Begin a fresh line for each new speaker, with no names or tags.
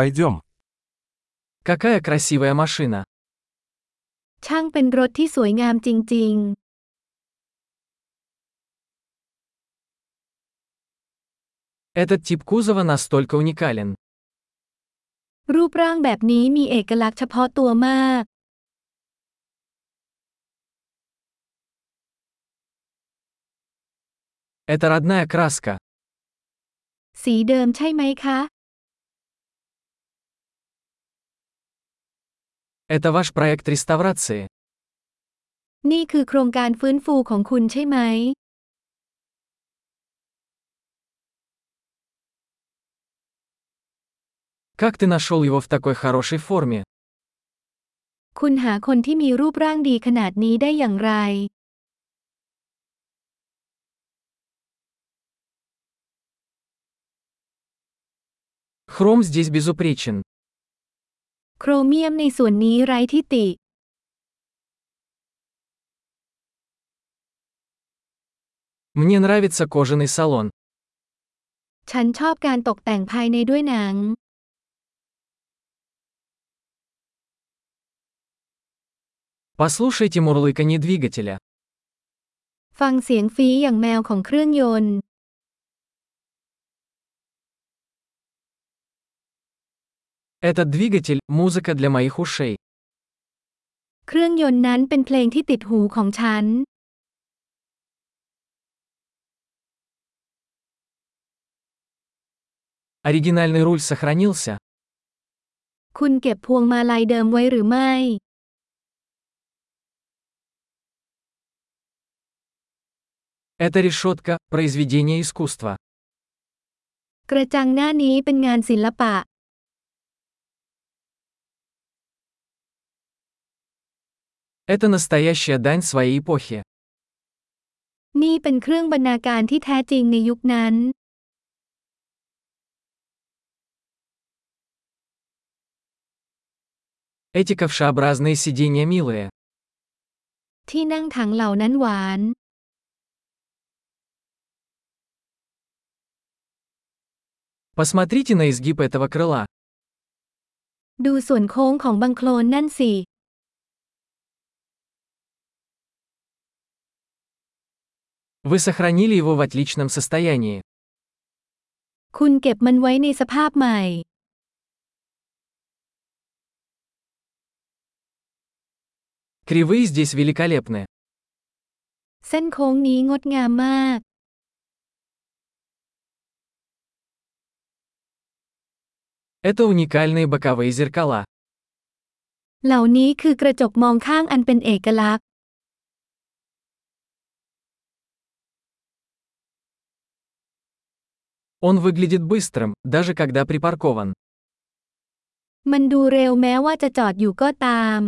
Пойдем.
Какая красивая машина.
ช่างเป็นรถที่สวยงามจริง
Этот тип кузова настолько уникален.
ๆ รูปร่างแบบนี้มีเอกลักษณ์เฉพาะตัวมาก
Это родная краска.
สีเดิมใช่ไหมคะ
Это ваш проект реставрации.
นี่คือโครงการฟื้นฟูของคุณใช่ไหม
Как ты нашел его в такой хорошей форме?
คุณหาคนที่มีรูปร่างดีขนาดนี้ได้อย่างไร
Хром здесь безупречен.
โครเมียมในส่วนนี้ไร้ที่ติ
Мне нравится кожаный салон.
ฉันชอบการตกแต่งภายในด้วยหนัง
Послушайте мурлыканье двигателя.
ฟังเสียงฟีอย่างแมวของเครื่องยนต์
Этот двигатель – музыка для моих ушей.
เครื่องยนต์นั้นเป็นเพลงที่ติดหูของฉัน
Оригинальный руль сохранился.
คุณเก็บพวงมาลัยเดิมไว้หรือไม่
Это решетка – произведение искусства.
กระจังหน้านี้เป็นงานศิลปะ
Это настоящая дань своей эпохи.
นี่เป็นเครื่องบรรณาการที่แท้จริงในยุคนั้น
Эти ковшеобразные сиденья милые.
ที่นั่งถังเหล่านั้นหวาน
Посмотрите на изгиб этого крыла.
ดูส่วนโค้งของบังโคลนนั่นสิ
Вы сохранили его в отличном состоянии.
คุณเก็บมันไว้ในสภาพใหม่
Кривые здесь великолепны.
เส้นโค้งนี้งดงามมาก
Это уникальные боковые зеркала.
เหล่านี้คือกระจกมองข้างอันเป็นเอกลักษณ์
Он выглядит быстрым, даже когда припаркован.
มันดูเร็วแม้ว่าจะจอดอยู่ก็ตาม